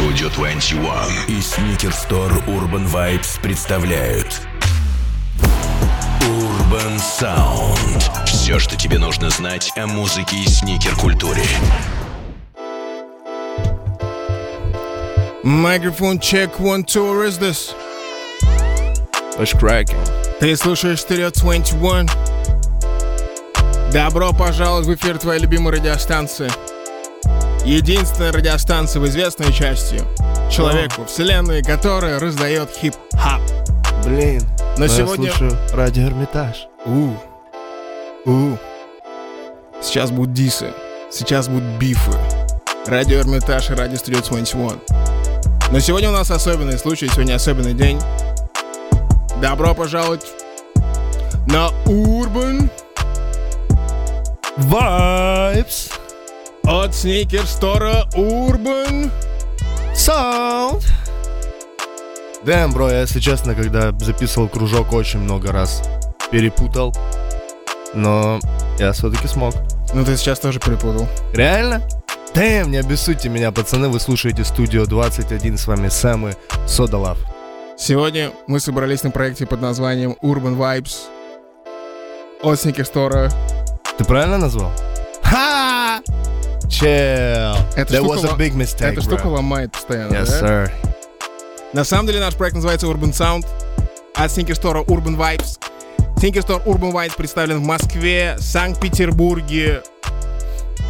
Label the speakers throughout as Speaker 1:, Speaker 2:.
Speaker 1: Radio 21 и Sneaker Store Urban Vibes представляют Urban Sound. Все, что тебе нужно знать о музыке и сникер-культуре.
Speaker 2: Microphone check one two or is this?
Speaker 3: It's cracking.
Speaker 2: Ты слушаешь Stereo 21. Добро пожаловать в эфир твоей любимой радиостанции. Единственная радиостанция в известной части человеку вселенной, которая раздает хип-хап.
Speaker 3: Блин. ну,
Speaker 2: Но
Speaker 3: я
Speaker 2: сегодня-
Speaker 3: слушаю радио Эрмитаж.
Speaker 2: У. У. Сейчас будут дисы. Сейчас будут бифы. Радио Эрмитаж и Радио Studio 21. Но сегодня у нас особенный случай, сегодня особенный день. Добро пожаловать на Urban
Speaker 3: Vibes.
Speaker 2: от сникерстора Urban.
Speaker 3: Sound. Дэм, бро, я, если честно, когда записывал кружок, очень много раз перепутал. Но я все-таки смог.
Speaker 2: Ну ты сейчас тоже перепутал.
Speaker 3: Реально? Дэм, не обессудьте меня, пацаны, вы слушаете Студио 21, с вами Сэм и Содолав.
Speaker 2: Сегодня мы собрались на проекте под названием Urban Vibes от сникерстора.
Speaker 3: Ты правильно назвал? Ха! Чел.
Speaker 2: Эта
Speaker 3: That
Speaker 2: штука
Speaker 3: was a
Speaker 2: ло-
Speaker 3: big mistake,
Speaker 2: Эта штука
Speaker 3: bro.
Speaker 2: ломает постоянно,
Speaker 3: Yes,
Speaker 2: да?
Speaker 3: sir.
Speaker 2: На самом деле наш проект называется Urban Sound от Сникерстора Urban Vibes. Сникерстор Urban Vibes представлен в Москве, Санкт-Петербурге,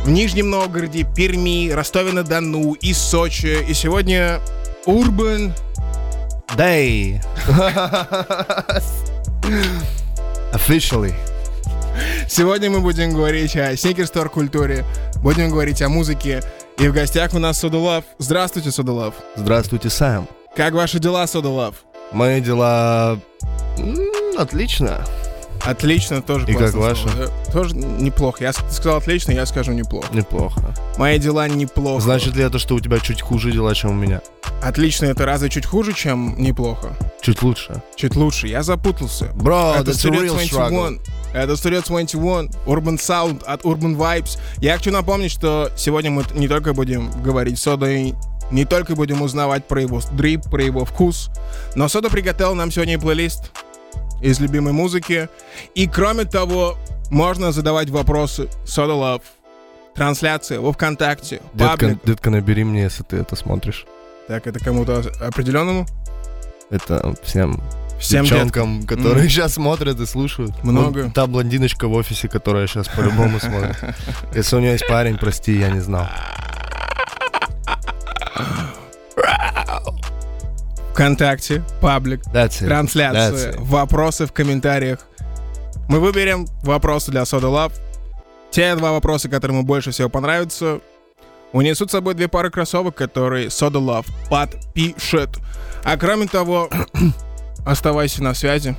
Speaker 2: в Нижнем Новгороде, Перми, Ростове-на-Дону и Сочи. И сегодня Urban...
Speaker 3: Day. Officially.
Speaker 2: Сегодня мы будем говорить о Сникерстор культуре, будем говорить о музыке. И в гостях у нас Содулав. Здравствуйте, Содулав.
Speaker 3: Здравствуйте, Сэм.
Speaker 2: Как ваши дела, Содулав?
Speaker 3: Мои дела... м, Отлично.
Speaker 2: Отлично, тоже
Speaker 3: И как
Speaker 2: классно
Speaker 3: ваши?
Speaker 2: слово, да? Тоже неплохо. Я с- сказал отлично, я скажу неплохо.
Speaker 3: Неплохо.
Speaker 2: Мои дела неплохо.
Speaker 3: Значит ли это, что у тебя чуть хуже дела, чем у меня?
Speaker 2: Отлично, это разве чуть хуже, чем неплохо?
Speaker 3: Чуть лучше.
Speaker 2: Чуть лучше, я запутался.
Speaker 3: Бро,
Speaker 2: это
Speaker 3: that's a
Speaker 2: Studio
Speaker 3: real
Speaker 2: 21.
Speaker 3: struggle.
Speaker 2: Это Studio 21, Urban Sound от Urban Vibes. Я хочу напомнить, что сегодня мы не только будем говорить с Содой, не только будем узнавать про его дрип, про его вкус, но Сода приготовил нам сегодня и плейлист из любимой музыки. И кроме того, можно задавать вопросы Сода Love. Трансляция во ВКонтакте,
Speaker 3: Детка,
Speaker 2: паблик.
Speaker 3: детка, набери мне, если ты это смотришь.
Speaker 2: Так, это кому-то определенному?
Speaker 3: Это всем
Speaker 2: Всем деткам.
Speaker 3: девчонкам, которые сейчас смотрят и слушают.
Speaker 2: Много.
Speaker 3: Ну, та блондиночка в офисе, которая сейчас по-любому смотрит. Если у нее есть парень, прости, я не знал.
Speaker 2: ВКонтакте, паблик,
Speaker 3: That's it.
Speaker 2: трансляция,
Speaker 3: That's it.
Speaker 2: вопросы в комментариях. Мы выберем вопросы для Soda Lab. Те два вопроса, которые ему больше всего понравятся, унесут с собой две пары кроссовок, которые Soda Love подпишет. А кроме того, оставайся на связи.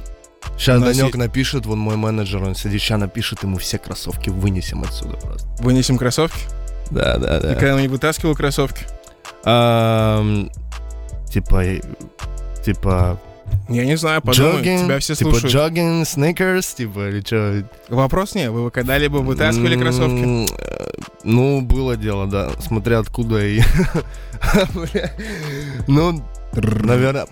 Speaker 3: Сейчас
Speaker 2: У нас
Speaker 3: Данек
Speaker 2: есть-
Speaker 3: напишет, вон мой менеджер, он сидит, сейчас напишет, ему все кроссовки вынесем отсюда просто.
Speaker 2: Вынесем кроссовки.
Speaker 3: Да, да,
Speaker 2: Ты когда-нибудь вытаскивал кроссовки?
Speaker 3: Типа, э, типа,
Speaker 2: Я не знаю, подумай, тебя
Speaker 3: джоггинг,
Speaker 2: все
Speaker 3: типа
Speaker 2: слушают.
Speaker 3: джоггинг, сникерс, типа, или что?
Speaker 2: Вопрос не, вы когда-либо вытаскивали кроссовки?
Speaker 3: М, э, Ну, было дело, да. Смотря откуда и... Бля. Ну, наверное...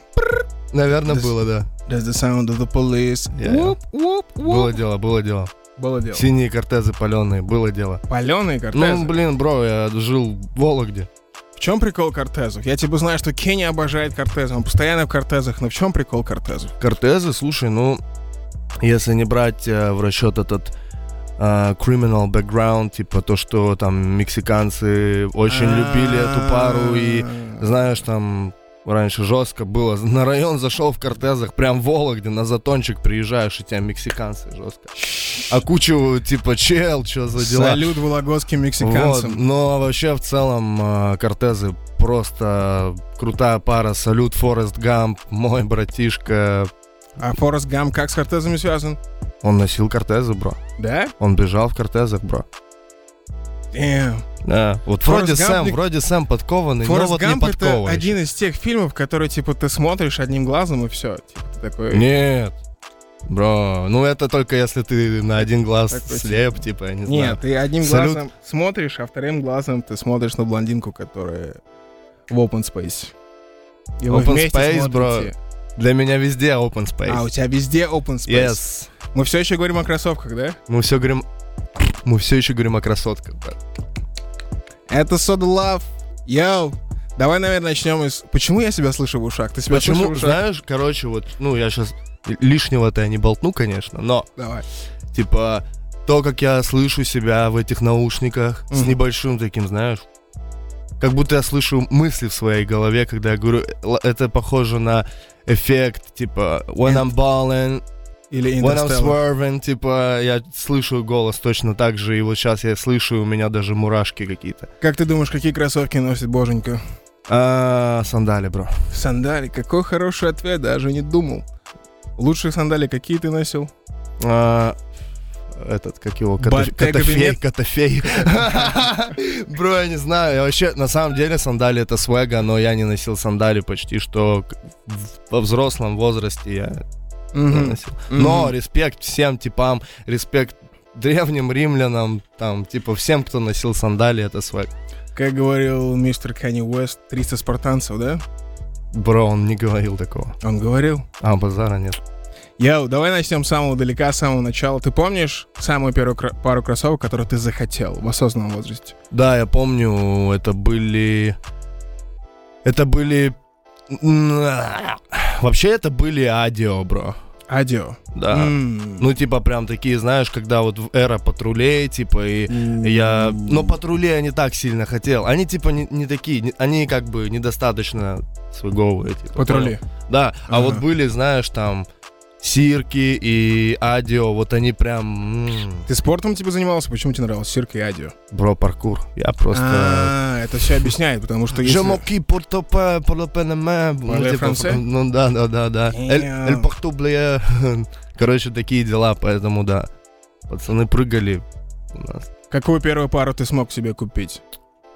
Speaker 3: Наверное,
Speaker 2: Да с-
Speaker 3: было, да.
Speaker 2: That's the sound of the police.
Speaker 3: Я-
Speaker 2: Whoop, whoop, whoop.
Speaker 3: Было дело, было дело.
Speaker 2: Было дело.
Speaker 3: Синие кортезы паленые, было дело.
Speaker 2: Паленые кортезы.
Speaker 3: Ну, блин, бро, я жил в Вологде.
Speaker 2: В чем прикол кортезов? Я типа знаю, что Кенни обожает кортезы, он постоянно в кортезах, но в чем прикол кортезов?
Speaker 3: Кортезы, слушай, ну, если не брать э, в расчет этот э, criminal background, типа то, что там мексиканцы очень
Speaker 2: А.
Speaker 3: любили эту пару и Знаешь, там раньше жестко было. На район зашел в Кортезах, прям в Вологде, на затончик приезжаешь, и тебя мексиканцы жестко. Окучивают, типа, чел, что за дела.
Speaker 2: Салют вологодским
Speaker 3: Вот. ну.
Speaker 2: мексиканцам.
Speaker 3: Но вообще в целом э, Кортезы просто крутая пара. Салют, Форест Гамп, мой братишка.
Speaker 2: А Форест Гам как с кортезами связан?
Speaker 3: Он носил Кортезы, бро.
Speaker 2: Да?
Speaker 3: Он бежал в Кортезах, бро.
Speaker 2: Damn.
Speaker 3: Да. Вот
Speaker 2: Форест
Speaker 3: вроде
Speaker 2: Гамп
Speaker 3: Сэм,
Speaker 2: не-
Speaker 3: вроде Сэм подкованный, но
Speaker 2: Форест
Speaker 3: Ну, вот не
Speaker 2: Гамп это
Speaker 3: подкованный.
Speaker 2: один из тех фильмов, которые типа ты смотришь одним глазом и все. Типа ты такой.
Speaker 3: Нет. Бро, ну это только если ты на один глаз
Speaker 2: Такой,
Speaker 3: слеп, типа, я не
Speaker 2: Нет,
Speaker 3: знаю.
Speaker 2: ты одним
Speaker 3: Салют.
Speaker 2: глазом смотришь, а вторым глазом ты смотришь на блондинку, которая в Open Space. И вы
Speaker 3: Open
Speaker 2: вместе
Speaker 3: space, бро.
Speaker 2: смотрите.
Speaker 3: Для меня везде open space.
Speaker 2: А, у тебя везде Open Space.
Speaker 3: Yes.
Speaker 2: Мы все еще говорим о кроссовках, да?
Speaker 3: Мы все говорим... Мы все еще говорим о красотках, брат.
Speaker 2: Это Soda Love. Йоу. Давай, наверное, начнем из... Почему я себя слышу в ушах? Ты себя слышишь в
Speaker 3: Почему,
Speaker 2: ушах?
Speaker 3: знаешь, короче, вот, ну, я сейчас лишнего-то я не болтну, конечно, но,
Speaker 2: Давай.
Speaker 3: типа, то, как я слышу себя в этих наушниках с
Speaker 2: Мгм.
Speaker 3: небольшим таким, знаешь, как будто я слышу мысли в своей голове, когда я говорю, «Л- это похоже на эффект, типа, when I'm balling,
Speaker 2: Или
Speaker 3: when I'm
Speaker 2: Interstellar.
Speaker 3: swerving, типа, я слышу голос точно так же, и вот сейчас я слышу, и у меня даже мурашки какие-то.
Speaker 2: Как ты думаешь, какие кроссовки носит боженька?
Speaker 3: А, сандали, бро.
Speaker 2: Сандали. Какой хороший ответ, даже не думал. Лучшие сандали какие ты носил?
Speaker 3: А, этот, как его, кота-
Speaker 2: Баттега
Speaker 3: Котофей,
Speaker 2: Венет?
Speaker 3: Котофей. Бро, я не знаю, я вообще, на самом деле, сандали это свега, но я не носил сандали почти, что к- в- во взрослом возрасте я не
Speaker 2: Мгм.
Speaker 3: носил. Но
Speaker 2: Мгм.
Speaker 3: респект всем типам, респект древним римлянам, там, типа, всем, кто носил сандали, это свег.
Speaker 2: Как говорил мистер Канни Уэст, 300 спартанцев, да?
Speaker 3: Бро, он не говорил такого.
Speaker 2: Он говорил.
Speaker 3: А, базара нет.
Speaker 2: Йоу, давай начнем с самого далека, с самого начала. Ты помнишь самую первую кра- пару кроссовок, которую ты захотел в осознанном возрасте?
Speaker 3: Да, я помню, это были... Это были... Вообще это были Адио, бро.
Speaker 2: Адио.
Speaker 3: Да.
Speaker 2: М.
Speaker 3: Ну, типа, прям такие, знаешь, когда вот в эра патрулей, типа, и я... ну, Но патрули я не так сильно хотел. Они, типа, не, не такие, не- они как бы недостаточно свыговые. Типа,
Speaker 2: Патрули.
Speaker 3: понял? Да, а
Speaker 2: Ага.
Speaker 3: вот были, знаешь, там, Сирки и Адио, вот они прям... м,
Speaker 2: Ты спортом типа занимался? Почему тебе нравилось цирк и адио?
Speaker 3: Бро, паркур. Я просто...
Speaker 2: А, это все объясняет, потому что
Speaker 3: Je
Speaker 2: если...
Speaker 3: m'occupe pour ton pain, pour le pain de main. Ну,
Speaker 2: Parler
Speaker 3: типа,
Speaker 2: français?
Speaker 3: Ну да, да, да, да. Эль-
Speaker 2: Damn.
Speaker 3: эль porto bleu. Короче, такие дела, поэтому да. Пацаны прыгали у нас.
Speaker 2: Какую первую пару ты смог себе купить?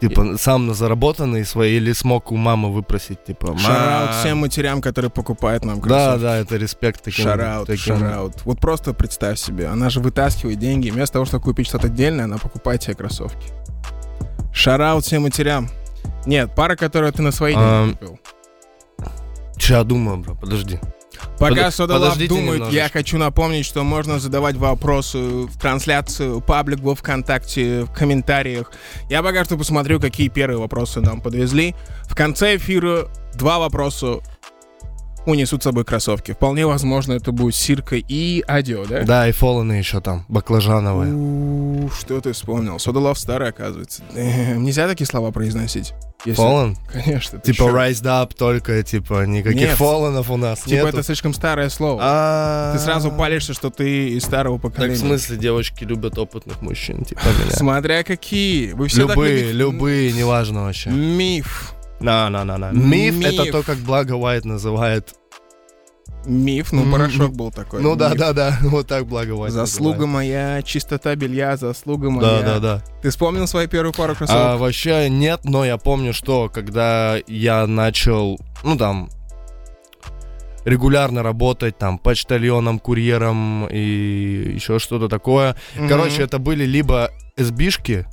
Speaker 3: Типа, сам на заработанные свои или смог у мамы выпросить, типа, «Мам».
Speaker 2: Шараут всем матерям, которые покупают нам
Speaker 3: Да,
Speaker 2: кроссовки.
Speaker 3: да, это респект таким.
Speaker 2: Шараут,
Speaker 3: таким.
Speaker 2: шараут. Вот просто представь себе, она же вытаскивает деньги. Вместо того, чтобы купить что-то отдельное, она покупает тебе кроссовки. Шараут всем матерям. Нет, пара, которую ты на свои деньги
Speaker 3: Ам,
Speaker 2: купил.
Speaker 3: Чё я думаю, бро, подожди.
Speaker 2: Пока
Speaker 3: под-
Speaker 2: Содолав
Speaker 3: подождите
Speaker 2: думает, я
Speaker 3: немножечко.
Speaker 2: хочу напомнить, что можно задавать вопросы в трансляцию, паблик во ВКонтакте, в комментариях. Я пока что посмотрю, какие первые вопросы нам подвезли. В конце эфира два вопроса унесут с собой кроссовки. Вполне возможно, это будет Сирка и Адио, да?
Speaker 3: Да, и фолланы еще там, баклажановые.
Speaker 2: У, Что ты вспомнил? Содолав старый, оказывается. Эм, Нельзя такие слова произносить. Если-
Speaker 3: Фоллан?
Speaker 2: Конечно. ты
Speaker 3: Типа
Speaker 2: чё?
Speaker 3: raised up только, типа, никаких
Speaker 2: Нет.
Speaker 3: фолланов у нас
Speaker 2: Типа
Speaker 3: нету.
Speaker 2: это слишком старое слово.
Speaker 3: А.
Speaker 2: Ты сразу палишься, что ты из старого
Speaker 3: Так в
Speaker 2: поколения.
Speaker 3: смысле девочки любят опытных мужчин, типа меня.
Speaker 2: Смотря какие. Вы все так
Speaker 3: Любые,
Speaker 2: любите-
Speaker 3: любые, неважно вообще.
Speaker 2: М- Миф.
Speaker 3: На, на, на, на.
Speaker 2: Миф.
Speaker 3: Миф, это то, как Благо Уайт называет.
Speaker 2: Миф, ну
Speaker 3: М-м.
Speaker 2: порошок был такой.
Speaker 3: Ну да,
Speaker 2: Миф.
Speaker 3: да, да, вот так Благо Уайт.
Speaker 2: Заслуга
Speaker 3: называет.
Speaker 2: моя, чистота белья, заслуга моя.
Speaker 3: Да, да, да.
Speaker 2: Ты вспомнил свою первую пару
Speaker 3: А,
Speaker 2: кроссовок?
Speaker 3: вообще нет, но я помню, что когда я начал, ну там, регулярно работать там почтальоном, курьером и еще что-то такое.
Speaker 2: Мгм.
Speaker 3: Короче, это были либо SB-шки,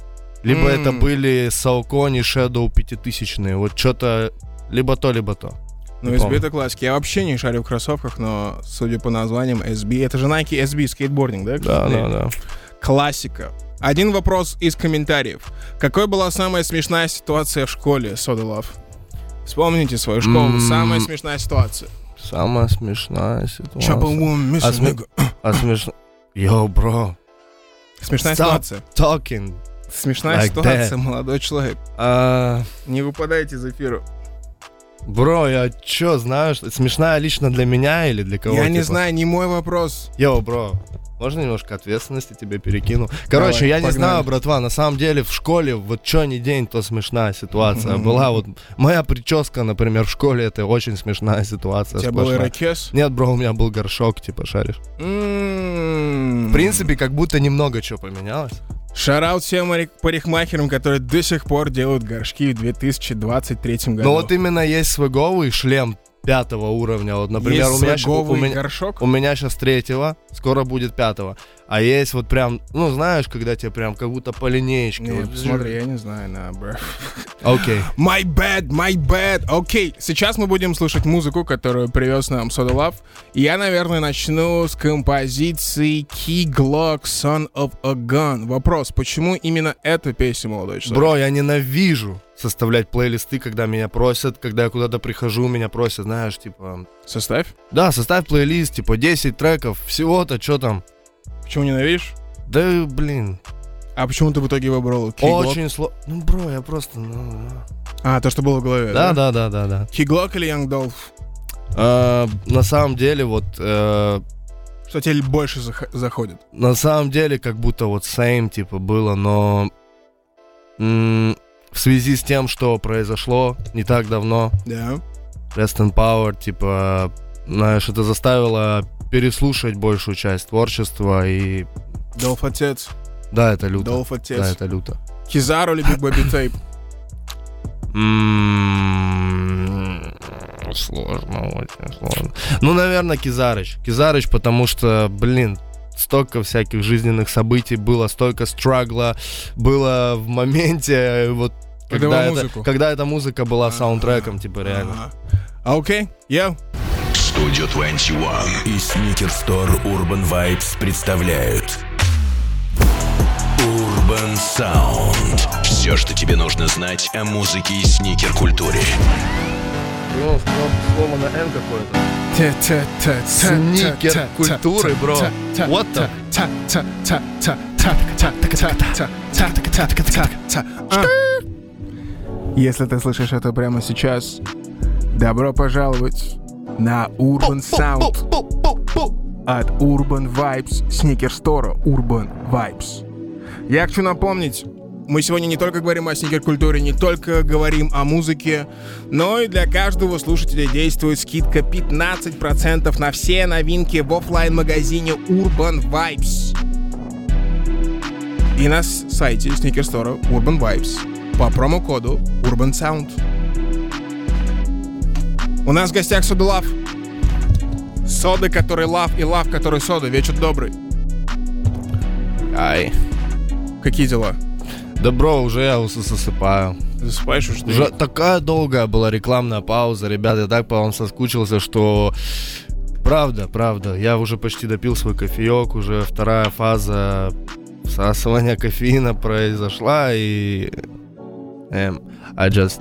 Speaker 3: либо
Speaker 2: М.
Speaker 3: это были Saucony Shadow 5000. Вот что-то либо то, либо то.
Speaker 2: Ну,
Speaker 3: не
Speaker 2: SB
Speaker 3: помню.
Speaker 2: это классики. Я вообще не шарю в кроссовках, но, судя по названиям, SB. Это же Nike SB, скейтбординг, да?
Speaker 3: Да,
Speaker 2: кстати?
Speaker 3: да, да.
Speaker 2: Классика. Один вопрос из комментариев. Какой была самая смешная ситуация в школе, Soda Love? Вспомните свою школу.
Speaker 3: М.
Speaker 2: Самая смешная ситуация.
Speaker 3: Самая смешная ситуация.
Speaker 2: Чапа-вум, мисс
Speaker 3: А сме-
Speaker 2: Мига.
Speaker 3: А смешно... Йоу, бро.
Speaker 2: Смешная
Speaker 3: Стоп.
Speaker 2: ситуация.
Speaker 3: Talking.
Speaker 2: Смешная
Speaker 3: Like
Speaker 2: ситуация,
Speaker 3: that.
Speaker 2: молодой человек.
Speaker 3: А,
Speaker 2: Не выпадайте из эфира.
Speaker 3: бро, я чё, знаю, что... Смешная лично для меня или для кого
Speaker 2: Я не
Speaker 3: типа?
Speaker 2: знаю, не мой вопрос.
Speaker 3: Йоу, бро, можно немножко ответственности тебе перекину? Короче,
Speaker 2: Давай,
Speaker 3: я не
Speaker 2: погнали.
Speaker 3: знаю, братва, на самом деле в школе вот чё не день, то смешная ситуация. Была вот моя прическа, например, в школе, это очень смешная ситуация.
Speaker 2: У тебя был
Speaker 3: сплошная.
Speaker 2: ирокез?
Speaker 3: Нет, бро, у меня был горшок, типа, шаришь. В принципе, как будто немного чё поменялось.
Speaker 2: М-м-м. Шараут всем мари- парикмахерам, которые до сих пор делают горшки в 2023 году.
Speaker 3: Ну Но вот именно есть свыговый шлем пятого уровня. Вот, например, у
Speaker 2: Есть
Speaker 3: меня, щ- у,
Speaker 2: садовый
Speaker 3: меня,
Speaker 2: горшок.
Speaker 3: у меня сейчас третьего, скоро будет пятого. А есть вот прям, ну знаешь, когда тебе прям как будто по линеечке.
Speaker 2: Нет,
Speaker 3: вот,
Speaker 2: смотри, я не знаю, на, бро.
Speaker 3: Окей.
Speaker 2: My bad, my bad. Окей, сейчас мы будем слушать музыку, которую привез нам Soda Love. И я, наверное, начну с композиции Key Glock Son of a Gun. Вопрос, почему именно эту песню, молодой человек?
Speaker 3: Бро, я ненавижу составлять плейлисты, когда меня просят, когда я куда-то прихожу, меня просят, знаешь, типа...
Speaker 2: Составь.
Speaker 3: Да, составь плейлист, типа 10 треков, всего-то, что там.
Speaker 2: Почему ненавидишь?
Speaker 3: Да, блин,
Speaker 2: А почему ты в итоге выбрал Key Glock?
Speaker 3: очень сложно. Ну, бро, я просто... ну,
Speaker 2: А, то, что было в голове.
Speaker 3: Да, да, да, да, да.
Speaker 2: Key Glock или Young Dolph?
Speaker 3: А, на самом деле, вот... э,
Speaker 2: Что тебе больше зах- заходит?
Speaker 3: на самом деле, как будто вот same, типа, было, но... м, в связи с тем, что произошло не так давно,
Speaker 2: Да.
Speaker 3: Rest in Power, типа, знаешь, это заставило переслушать большую часть творчества, и
Speaker 2: Долф отец.
Speaker 3: да, это люто.
Speaker 2: Долф
Speaker 3: Да,
Speaker 2: отец.
Speaker 3: это люто.
Speaker 2: Кизару или Биг Бобби Тейп?
Speaker 3: М, Ммм, Сложно, очень сложно. Ну, наверное, Кизарыч. Кизарыч, потому что, блин, столько всяких жизненных событий было, столько страгла было в моменте, вот
Speaker 2: Под
Speaker 3: когда,
Speaker 2: его
Speaker 3: это,
Speaker 2: музыку?
Speaker 3: когда эта музыка была саундтреком, типа, реально.
Speaker 2: Ага. А, Окей, я.
Speaker 1: Studio 21 и Sneaker Store Urban Vibes представляют Urban Sound. Все, что тебе нужно знать о музыке и сникер-культуре.
Speaker 3: слово на N какое-то. Сникер культуры, бро. What the?
Speaker 2: Если ты слышишь это прямо сейчас, добро пожаловать на Urban Sound от Urban Vibes Sneaker Store Urban Vibes. Я хочу напомнить, мы сегодня не только говорим о сникер-культуре, не только говорим о музыке, но и для каждого слушателя действует скидка 15% на все новинки в офлайн магазине Urban Vibes. И на с- сайте сникер-стора Urban Vibes по промокоду Urban Sound. У нас в гостях Сода Лав. Соды, который лав, и лав, который сода. Вечер добрый.
Speaker 3: Ай.
Speaker 2: Какие дела?
Speaker 3: Да, бро, уже я ус- засыпаю.
Speaker 2: Засыпаешь уж?
Speaker 3: Уже такая долгая была рекламная пауза, ребята, я так по вам соскучился, что... Правда, правда, я уже почти допил свой кофеек, уже вторая фаза всасывания кофеина произошла, и... эм, I just...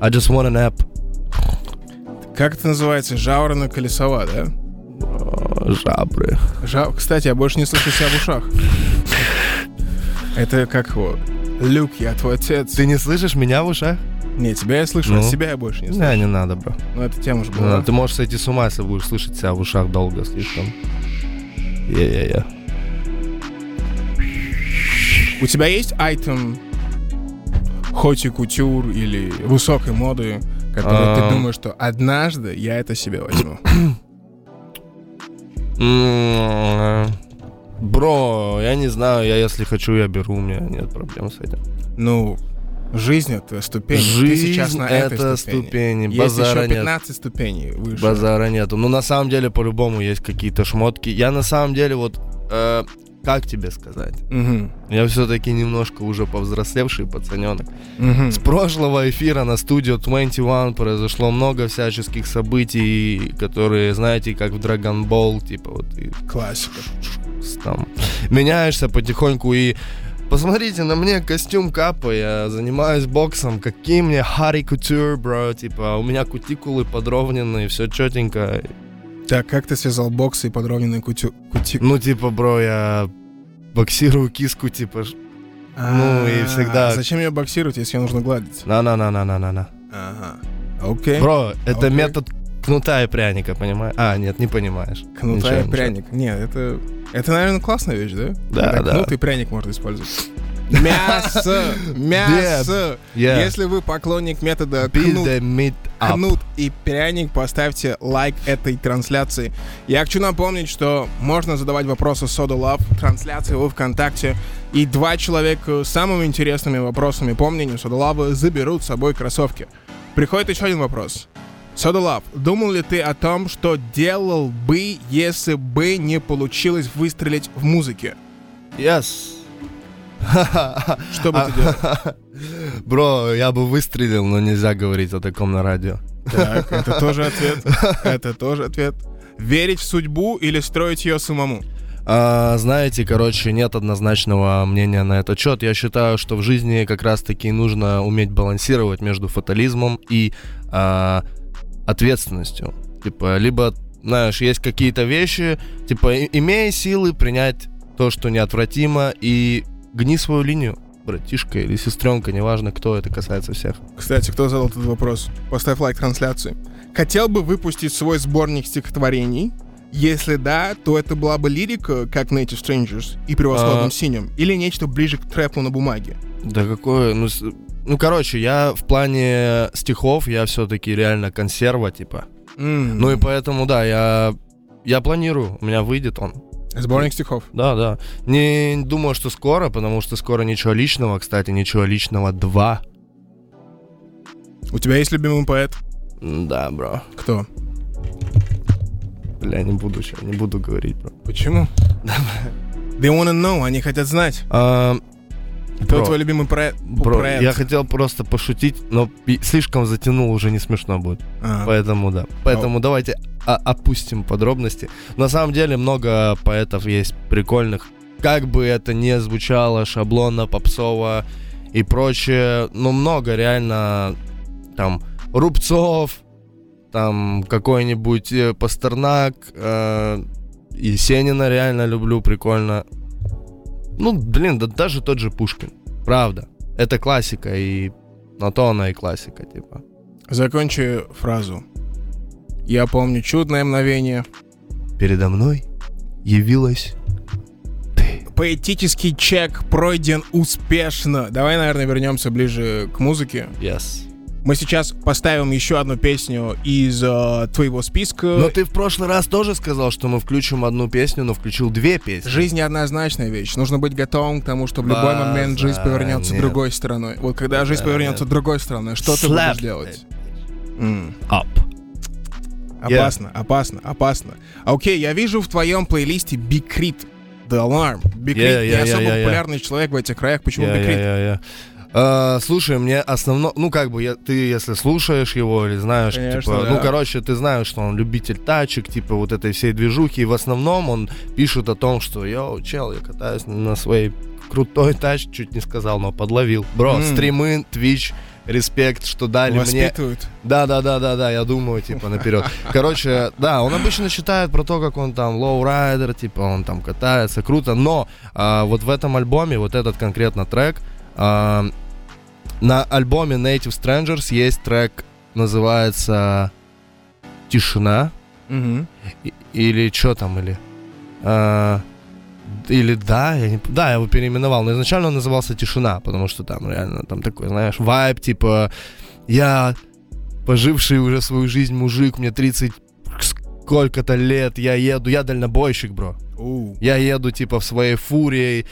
Speaker 3: I just want a nap.
Speaker 2: Как это называется? Жаворона колесова, да?
Speaker 3: О, Жабры.
Speaker 2: Жа- Кстати, я больше не слышу себя в ушах. Это как его? Люк, я твой отец.
Speaker 3: Ты не слышишь меня в ушах?
Speaker 2: Не, тебя я слышу, а
Speaker 3: Ну.
Speaker 2: себя я больше не слышу.
Speaker 3: Не, не надо, бро.
Speaker 2: Ну, это тема же
Speaker 3: Не надо.
Speaker 2: была.
Speaker 3: Ты можешь сойти с ума, если будешь слышать себя в ушах долго слишком. Я-я-я.
Speaker 2: У тебя есть айтем хоть и кутюр или высокой моды, который ты
Speaker 3: А.
Speaker 2: думаешь, что однажды я это себе возьму?
Speaker 3: М, э, Бро, я не знаю, я если хочу, я беру, у меня нет проблем с этим.
Speaker 2: Ну, жизнь — это ступень. ты
Speaker 3: Жизнь
Speaker 2: сейчас на этой
Speaker 3: это
Speaker 2: ступени.
Speaker 3: ступени,
Speaker 2: Есть еще
Speaker 3: базара нет.
Speaker 2: 15 ступеней выше.
Speaker 3: Базара нету. Ну, на самом деле, по-любому есть какие-то шмотки. Я на самом деле, вот, э, как тебе сказать?
Speaker 2: Мгм.
Speaker 3: Я все-таки немножко уже повзрослевший пацаненок.
Speaker 2: Мгм.
Speaker 3: С прошлого эфира на студию 21 произошло много всяческих событий, которые, знаете, как в Dragon Ball, типа вот и
Speaker 2: Классика.
Speaker 3: там меняешься потихоньку и Посмотрите, на мне костюм капа, я занимаюсь боксом, какие мне Harry Couture, бро, типа, у меня кутикулы подровненные, все четенько.
Speaker 2: Так, как ты связал боксы и подровненный кутю... кути-
Speaker 3: Ну, типа, бро, я боксирую киску, типа, ш- Ну, и
Speaker 2: А,
Speaker 3: всегда-
Speaker 2: Зачем ее боксировать, если ее нужно гладить?
Speaker 3: на-на-на-на-на-на-на.
Speaker 2: Ага. Окей.
Speaker 3: Бро, это
Speaker 2: Окей.
Speaker 3: метод кнута и пряника, понимаешь? А, нет, не понимаешь.
Speaker 2: Кнута и
Speaker 3: Ничего,
Speaker 2: пряник. Нет, это... Это, наверное, классная вещь, да?
Speaker 3: Да,
Speaker 2: Когда
Speaker 3: да.
Speaker 2: Кнут и пряник можно использовать. Мясо! Мясо!
Speaker 3: ничего. Yeah.
Speaker 2: Если вы поклонник метода
Speaker 3: Build
Speaker 2: кнут
Speaker 3: the meat up.
Speaker 2: Кнут и пряник, поставьте лайк этой трансляции. Я хочу напомнить, что можно задавать вопросы Soda Love, трансляции во ВКонтакте, и два человека с самыми интересными вопросами по мнению Soda Love заберут с собой кроссовки. Приходит еще один вопрос. Soda Love, думал ли ты о том, что делал бы, если бы не получилось выстрелить в музыке?
Speaker 3: Yes.
Speaker 2: Что бы ты делал?
Speaker 3: Бро, я бы выстрелил, но нельзя говорить о таком на радио.
Speaker 2: Так, это тоже ответ. Это тоже ответ. Верить в судьбу или строить ее самому?
Speaker 3: А, знаете, короче, нет однозначного мнения на этот счет. Я считаю, что в жизни как раз-таки нужно уметь балансировать между фатализмом и а, ответственностью. Типа, либо, знаешь, есть какие-то вещи, типа, и- имей силы принять то, что неотвратимо, и гни свою линию, братишка или сестренка, неважно, кто это касается всех.
Speaker 2: Кстати, кто задал этот вопрос? Поставь лайк трансляции. Хотел бы выпустить свой сборник стихотворений? Если да, то это была бы лирика, как Native Strangers и превосходным
Speaker 3: А.
Speaker 2: синим, или нечто ближе к трэпу на бумаге.
Speaker 3: Да какое, ну, с- ну, короче, я в плане стихов, я все-таки реально консерва, типа.
Speaker 2: М.
Speaker 3: Ну и поэтому, да, я, я планирую, у меня выйдет он.
Speaker 2: Сборник стихов.
Speaker 3: Да, да. Не думаю, что скоро, потому что скоро ничего личного, кстати, ничего личного два.
Speaker 2: У тебя есть любимый поэт?
Speaker 3: Да, бро.
Speaker 2: Кто?
Speaker 3: Бля, не буду, щас, не буду говорить, бро.
Speaker 2: Почему? They wanna know, они хотят знать.
Speaker 3: А,
Speaker 2: Кто
Speaker 3: Бро.
Speaker 2: твой любимый поэт?
Speaker 3: бро,
Speaker 2: поэт?
Speaker 3: я хотел просто пошутить, но и- слишком затянул, уже не смешно будет.
Speaker 2: А,
Speaker 3: Поэтому да. Поэтому давайте о- опустим подробности. На самом деле много поэтов есть прикольных. Как бы это ни звучало шаблонно, попсово и прочее, но много реально там Рубцов, там какой-нибудь э, Пастернак, э, Есенина реально люблю, прикольно. Ну, блин, да даже тот же Пушкин. Правда. Это классика, и на то она и классика, типа.
Speaker 2: Закончи фразу. Я помню чудное мгновение.
Speaker 3: передо мной явилась ты.
Speaker 2: Поэтический чек пройден успешно. Давай, наверное, вернемся ближе к музыке.
Speaker 3: Yes.
Speaker 2: Мы сейчас поставим еще одну песню из э, твоего списка.
Speaker 3: Но Ну, ты в прошлый раз тоже сказал, что мы включим одну песню, но включил две песни.
Speaker 2: Жизнь неоднозначная вещь. Нужно быть готовым к тому, что в любой
Speaker 3: База,
Speaker 2: момент жизнь повернется
Speaker 3: нет.
Speaker 2: другой стороной. Вот когда жизнь
Speaker 3: Да,
Speaker 2: повернется
Speaker 3: нет.
Speaker 2: другой стороной, что ты
Speaker 3: Slap
Speaker 2: будешь делать? М.
Speaker 3: Up. Yeah.
Speaker 2: Опасно, опасно, опасно. А Окей, я вижу в твоем плейлисте Бикрит. The Alarm. Бикрит
Speaker 3: Yeah,
Speaker 2: не
Speaker 3: yeah,
Speaker 2: особо
Speaker 3: yeah, yeah, yeah.
Speaker 2: популярный человек в этих краях. Почему
Speaker 3: Я- я-
Speaker 2: Бикрит?
Speaker 3: я- я. А, слушай, мне основно, ну как бы я- ты, если слушаешь его или знаешь,
Speaker 2: Конечно,
Speaker 3: типа,
Speaker 2: да.
Speaker 3: ну короче, ты знаешь, что он любитель тачек, типа вот этой всей движухи, и в основном он пишет о том, что йоу, чел, я катаюсь на своей крутой тачке, чуть не сказал, но подловил. Бро,
Speaker 2: М.
Speaker 3: стримы, твич, респект, что дали мне
Speaker 2: Воспитывают.
Speaker 3: Да, да, да, да, да, я думаю, типа, наперед. Короче, да, он обычно считает про то, как он там лоурайдер, типа, он там катается, круто, но а, вот в этом альбоме, вот этот конкретно трек, а, на альбоме Native Strangers есть трек, называется «Тишина»,
Speaker 2: Мгм.
Speaker 3: и- или что там, или... а, или да, я не п- да, я его переименовал, но изначально он назывался «Тишина», потому что там реально там такой, знаешь, вайб, типа, я поживший уже свою жизнь мужик, мне 30 сколько-то лет, я еду, я дальнобойщик, бро.
Speaker 2: Оу.
Speaker 3: Я еду, типа, в своей фуре, и-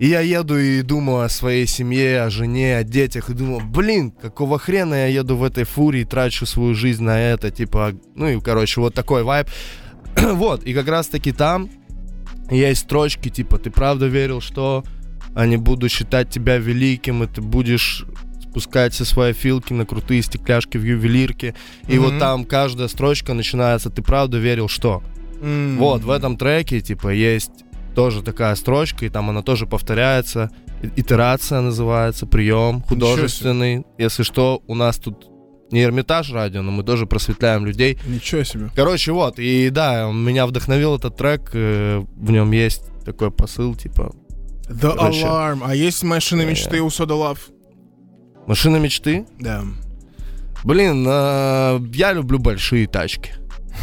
Speaker 3: и я еду и думаю о своей семье, о жене, о детях, и думаю, блин, какого хрена я еду в этой фуре и трачу свою жизнь на это, типа, ну и, короче, вот такой вайб. вот, и как раз-таки там есть строчки, типа, ты правда верил, что они будут считать тебя великим, и ты будешь спускать все свои филки на крутые стекляшки в ювелирке. И
Speaker 2: Мгм.
Speaker 3: вот там каждая строчка начинается, ты правда верил, что?
Speaker 2: М.
Speaker 3: Вот, в этом треке, типа, есть тоже такая строчка, и там она тоже повторяется. И- Итерация называется, прием художественный. Если что, у нас тут не Эрмитаж радио, но мы тоже просветляем людей.
Speaker 2: Ничего себе.
Speaker 3: Короче, вот, и да, меня вдохновил этот трек, э, в нем есть такой посыл, типа,
Speaker 2: The
Speaker 3: Короче.
Speaker 2: Alarm. А есть машины мечты у Soda Love?
Speaker 3: машина мечты.
Speaker 2: Да.
Speaker 3: Блин, э, я люблю большие тачки.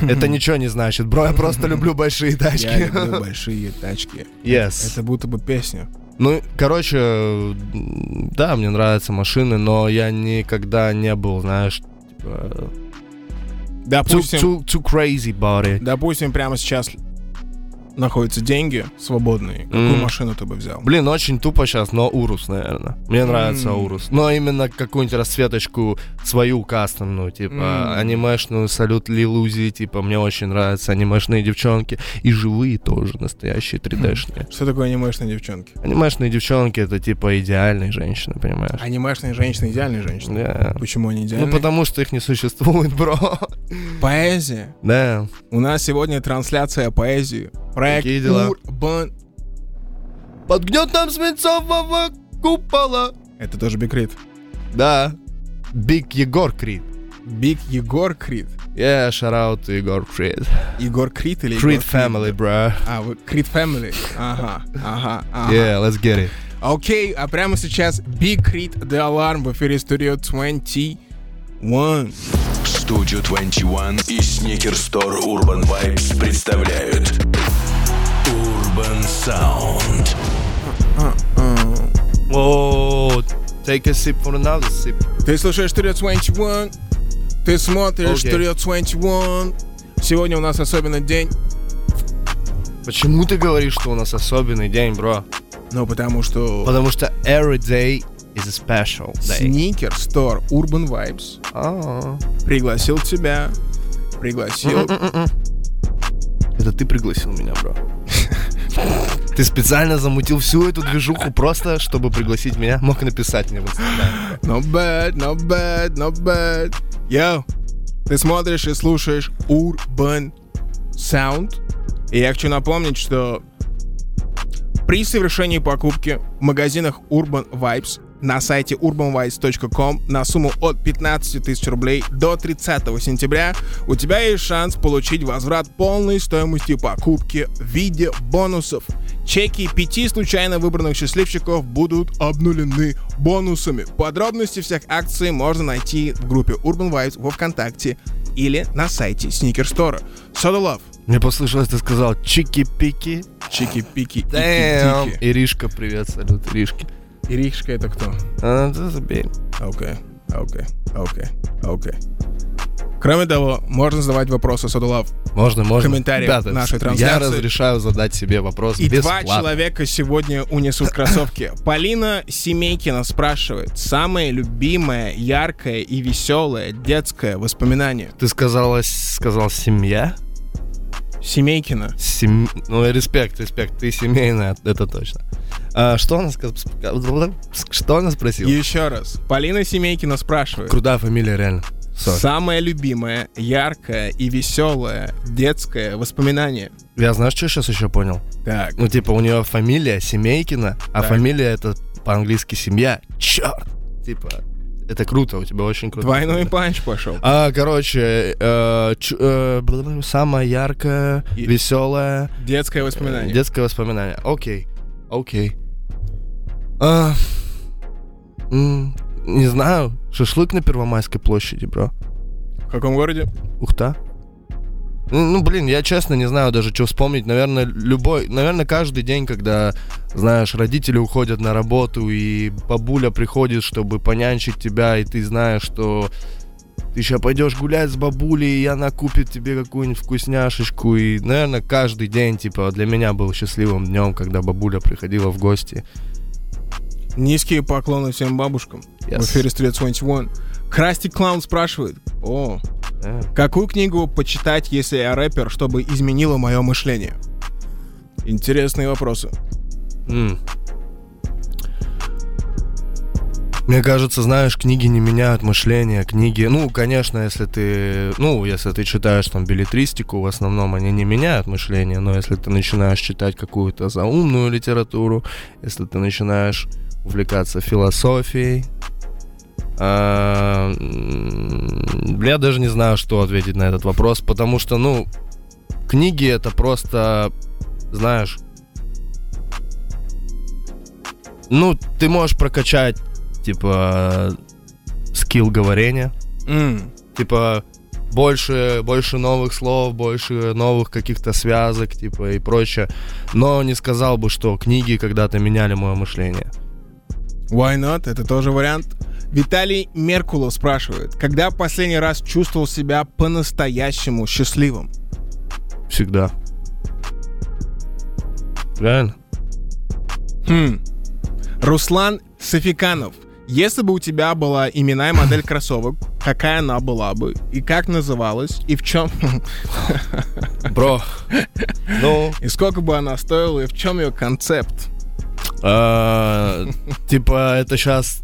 Speaker 3: Это ничего не значит, бро, я просто люблю большие
Speaker 2: Я
Speaker 3: тачки.
Speaker 2: люблю большие тачки.
Speaker 3: Yes.
Speaker 2: Это будто бы песня.
Speaker 3: Ну, короче, м, да, мне нравятся машины, но я никогда не был, знаешь, типа, too,
Speaker 2: Допустим,
Speaker 3: too- too crazy about it.
Speaker 2: допустим, прямо сейчас находятся деньги свободные, какую
Speaker 3: М.
Speaker 2: машину ты бы взял?
Speaker 3: Блин, очень тупо сейчас, но Урус, наверное. Мне нравится
Speaker 2: М.
Speaker 3: Урус. Но именно какую-нибудь расцветочку свою кастомную, типа
Speaker 2: М.
Speaker 3: анимешную, салют Лилузи, типа мне очень нравятся анимешные девчонки. И живые тоже, настоящие
Speaker 2: Хм.
Speaker 3: 3D-шные.
Speaker 2: Что такое анимешные девчонки?
Speaker 3: Анимешные девчонки это типа идеальные женщины, понимаешь?
Speaker 2: Анимешные женщины идеальные женщины.
Speaker 3: Да.
Speaker 2: Почему они
Speaker 3: Ну
Speaker 2: идеальные?
Speaker 3: потому что их не существует, бро.
Speaker 2: Поэзия.
Speaker 3: Да.
Speaker 2: У нас сегодня трансляция поэзии. Проект
Speaker 3: Какие дела?
Speaker 2: Урбан.
Speaker 3: Под гнетом свинцового купола.
Speaker 2: Это тоже Биг Крид.
Speaker 3: Да. Биг Егор Крид.
Speaker 2: Биг Егор Крид.
Speaker 3: Yeah, shout out to Егор Крид.
Speaker 2: Егор Крид или
Speaker 3: Крид
Speaker 2: Егор Крид?
Speaker 3: family, bro.
Speaker 2: А, вы Крид Family. Ага, ага, ага.
Speaker 3: Yeah, let's get it.
Speaker 2: Окей, а прямо сейчас Big Creed The Alarm в эфире Studio 21.
Speaker 1: Studio 21 и Sneaker Store Urban Vibes представляют Urban Sound.
Speaker 3: О, take a sip for another sip.
Speaker 2: Ты слушаешь Studio 21, ты смотришь
Speaker 3: Окей.
Speaker 2: Studio 21. Сегодня у нас особенный день,
Speaker 3: Почему ты говоришь, что у нас особенный день, бро?
Speaker 2: ну потому что
Speaker 3: Потому что every day is a special day.
Speaker 2: Sneaker Store Urban Vibes
Speaker 3: А.
Speaker 2: пригласил тебя, пригласил.
Speaker 3: Это ты пригласил меня, бро. Ты специально замутил всю эту движуху просто, чтобы пригласить меня. Мог написать мне в Инстаграме.
Speaker 2: No bad, no bad, no bad. Yo, ты смотришь и слушаешь Urban Sound. И я хочу напомнить, что при совершении покупки в магазинах Urban Vibes на сайте urbanvibes.com на сумму от 15 тысяч рублей до 30 сентября у тебя есть шанс получить возврат полной стоимости покупки в виде бонусов. Чеки пяти случайно выбранных счастливчиков будут обнулены бонусами. Подробности всех акций можно найти в группе Urban Vibes во Вконтакте или на сайте Sneaker Store. Soda Love,
Speaker 3: Мне послышалось, ты сказал чики-пики.
Speaker 2: чики-пики,
Speaker 3: Damn.
Speaker 2: ики-дики.
Speaker 3: Иришка, привет, салют, Иришке.
Speaker 2: Иришка это кто?
Speaker 3: А, да забей.
Speaker 2: Окей, окей, окей, окей. Кроме того, можно задавать вопросы Содолав.
Speaker 3: Можно, можно.
Speaker 2: комментариях
Speaker 3: Ребята,
Speaker 2: нашей
Speaker 3: Я
Speaker 2: трансляции.
Speaker 3: разрешаю задать себе вопрос
Speaker 2: И
Speaker 3: бесплатно.
Speaker 2: два человека сегодня унесут кроссовки. Полина Семейкина спрашивает. Самое любимое, яркое и веселое детское воспоминание.
Speaker 3: Ты сказала, сказал семья?
Speaker 2: Семейкина.
Speaker 3: Сем... Ну, респект, респект, ты семейная, это точно. А, что она сказала? Что она спросила?
Speaker 2: Еще раз. Полина Семейкина спрашивает.
Speaker 3: Крутая фамилия, реально. Сори.
Speaker 2: Самое любимое, яркое и веселое детское воспоминание.
Speaker 3: Я знаешь, что сейчас еще понял?
Speaker 2: Так.
Speaker 3: Ну, типа, у нее фамилия Семейкина, а
Speaker 2: Так.
Speaker 3: фамилия это по-английски семья. Черт! Типа, это круто, у тебя очень круто.
Speaker 2: Двойной панч пошел.
Speaker 3: А, короче, э, чу- э, бл- самая яркая,
Speaker 2: И-
Speaker 3: веселая
Speaker 2: Детское воспоминание.
Speaker 3: Детское воспоминание. Окей. Окей. А, м, не знаю. Шашлык на Первомайской площади, бро.
Speaker 2: В каком городе?
Speaker 3: Ухта. Ну, ну, блин, я честно не знаю даже, что вспомнить. Наверное, любой, наверное, каждый день, когда, знаешь, родители уходят на работу, и бабуля приходит, чтобы понянчить тебя, и ты знаешь, что ты сейчас пойдешь гулять с бабулей, и она купит тебе какую-нибудь вкусняшечку. И, наверное, каждый день, типа, для меня был счастливым днем, когда бабуля приходила в гости.
Speaker 2: Низкие поклоны всем бабушкам.
Speaker 3: Yes.
Speaker 2: В эфире Studio 21. Красти Клаун спрашивает. О,
Speaker 3: Да.
Speaker 2: какую книгу почитать, если я рэпер, чтобы изменило мое мышление? Интересные вопросы.
Speaker 3: М. Мне кажется, знаешь, книги не меняют мышление, книги, ну, конечно, если ты, ну, если ты читаешь там билетристику, в основном они не меняют мышление, но если ты начинаешь читать какую-то заумную литературу, если ты начинаешь увлекаться философией, а, м, я даже не знаю, что ответить на этот вопрос, потому что, ну, книги это просто, знаешь, ну, ты можешь прокачать, типа, скилл говорения.
Speaker 2: М,
Speaker 3: Типа, больше, больше новых слов, больше новых каких-то связок, типа, и прочее. Но не сказал бы, что книги когда-то меняли мое мышление.
Speaker 2: Why not? Это тоже вариант. Виталий Меркулов спрашивает. Когда последний раз чувствовал себя по-настоящему счастливым?
Speaker 3: Всегда. реально.
Speaker 2: Хм. Руслан Софиканов. Если бы у тебя была имена и модель кроссовок, какая она была бы? И как называлась? И в чем?
Speaker 3: Бро. Ну,
Speaker 2: И сколько бы она стоила? И в чем ее концепт?
Speaker 3: А, Типа, это сейчас...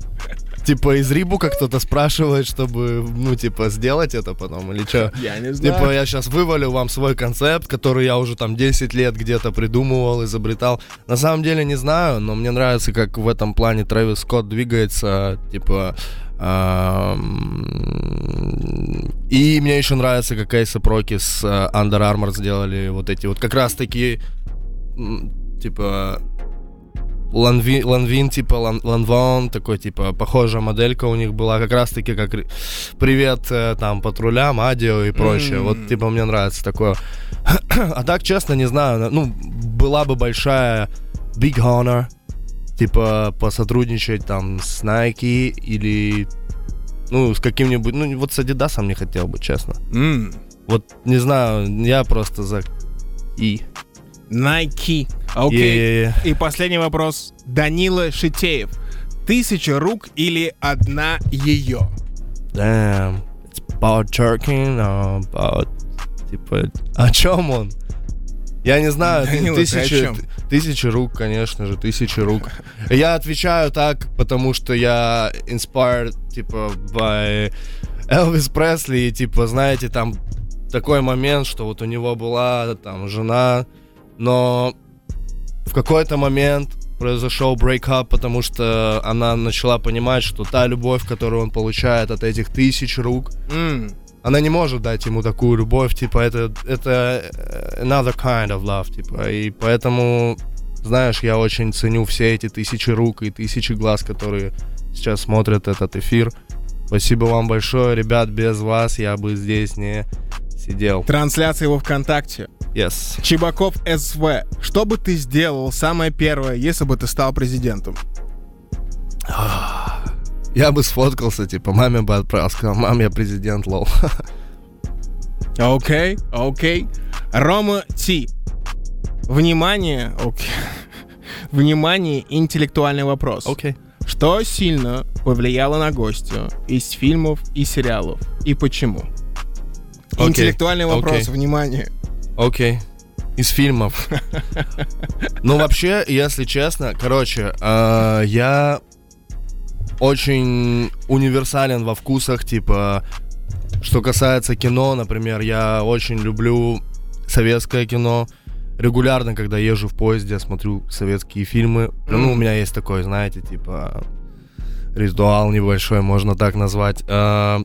Speaker 3: Типа из Рибука кто-то спрашивает, чтобы, ну, типа, сделать это потом или что?
Speaker 2: Я не знаю.
Speaker 3: Типа, я сейчас вывалю вам свой концепт, который я уже там 10 лет где-то придумывал, изобретал. На самом деле не знаю, но мне нравится, как в этом плане Трэвис Скотт двигается, типа... ам, И мне еще нравится, как Эйс и Проки с э, Under Armour сделали вот эти вот как раз таки м, типа Ланви- Ланвин, типа Лан- Ланвон, такой, типа, похожая моделька у них была, как раз-таки, как ре- привет, э, там, патрулям, Адио и прочее.
Speaker 2: М.
Speaker 3: Вот, типа, мне нравится такое. а так, честно, не знаю, на- ну, была бы большая big honor, типа, посотрудничать, там, с Nike или, ну, с каким-нибудь, ну, вот с Adidas не хотел бы, честно.
Speaker 2: М.
Speaker 3: Вот, не знаю, я просто за и.
Speaker 2: Nike. Окей.
Speaker 3: Е-е-е.
Speaker 2: И последний вопрос. Данила Шитеев. Тысяча рук или одна ее?
Speaker 3: Damn, it's about jerking, uh, about... Типа, о чем он? Я не знаю, ты-
Speaker 2: Данила, ты о
Speaker 3: тысячи,
Speaker 2: чём?
Speaker 3: тысячи рук, конечно же, тысячи рук. Я отвечаю так, потому что я inspired, типа, by Elvis Пресли, и, типа, знаете, там такой момент, что вот у него была там жена, но в какой-то момент произошел брейкап, потому что она начала понимать, что та любовь, которую он получает от этих тысяч рук,
Speaker 2: М.
Speaker 3: она не может дать ему такую любовь, типа это это э, another kind of love, типа и поэтому знаешь, я очень ценю все эти тысячи рук и тысячи глаз, которые сейчас смотрят этот эфир. Спасибо вам большое, ребят, без вас я бы здесь не сидел.
Speaker 2: Трансляция его ВКонтакте.
Speaker 3: Yes.
Speaker 2: Чебаков СВ. Что бы ты сделал самое первое, если бы ты стал президентом?
Speaker 3: Я бы сфоткался, типа маме бы отправил, сказал, мам, я президент, лол.
Speaker 2: Окей, окей. Рома Ти. Внимание, окей. Внимание, интеллектуальный вопрос. Что сильно повлияло на гостю из фильмов и сериалов? И почему?
Speaker 3: Окей,
Speaker 2: Интеллектуальный вопрос,
Speaker 3: окей.
Speaker 2: внимание.
Speaker 3: Окей. Из фильмов. Ну, вообще, если честно, короче, э, я очень универсален во вкусах, типа, что касается кино, например, я очень люблю советское кино. Регулярно, когда езжу в поезде, я смотрю советские фильмы. Ну, у меня есть такой, знаете, типа, ритуал небольшой, можно так назвать. Э,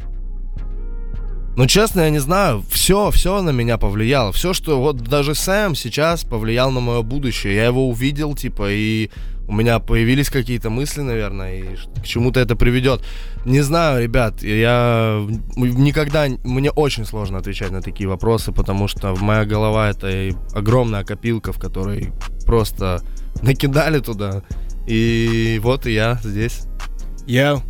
Speaker 3: ну, честно, я не знаю. Все, все на меня повлияло. Все, что вот даже Сэм сейчас повлиял на мое будущее. Я его увидел, типа, и у меня появились какие-то мысли, наверное, и ш- к чему-то это приведет. Не знаю, ребят, я м- никогда... Мне очень сложно отвечать на такие вопросы, потому что в моя голова это и огромная копилка, в которой просто накидали туда. И вот и я здесь.
Speaker 2: Я.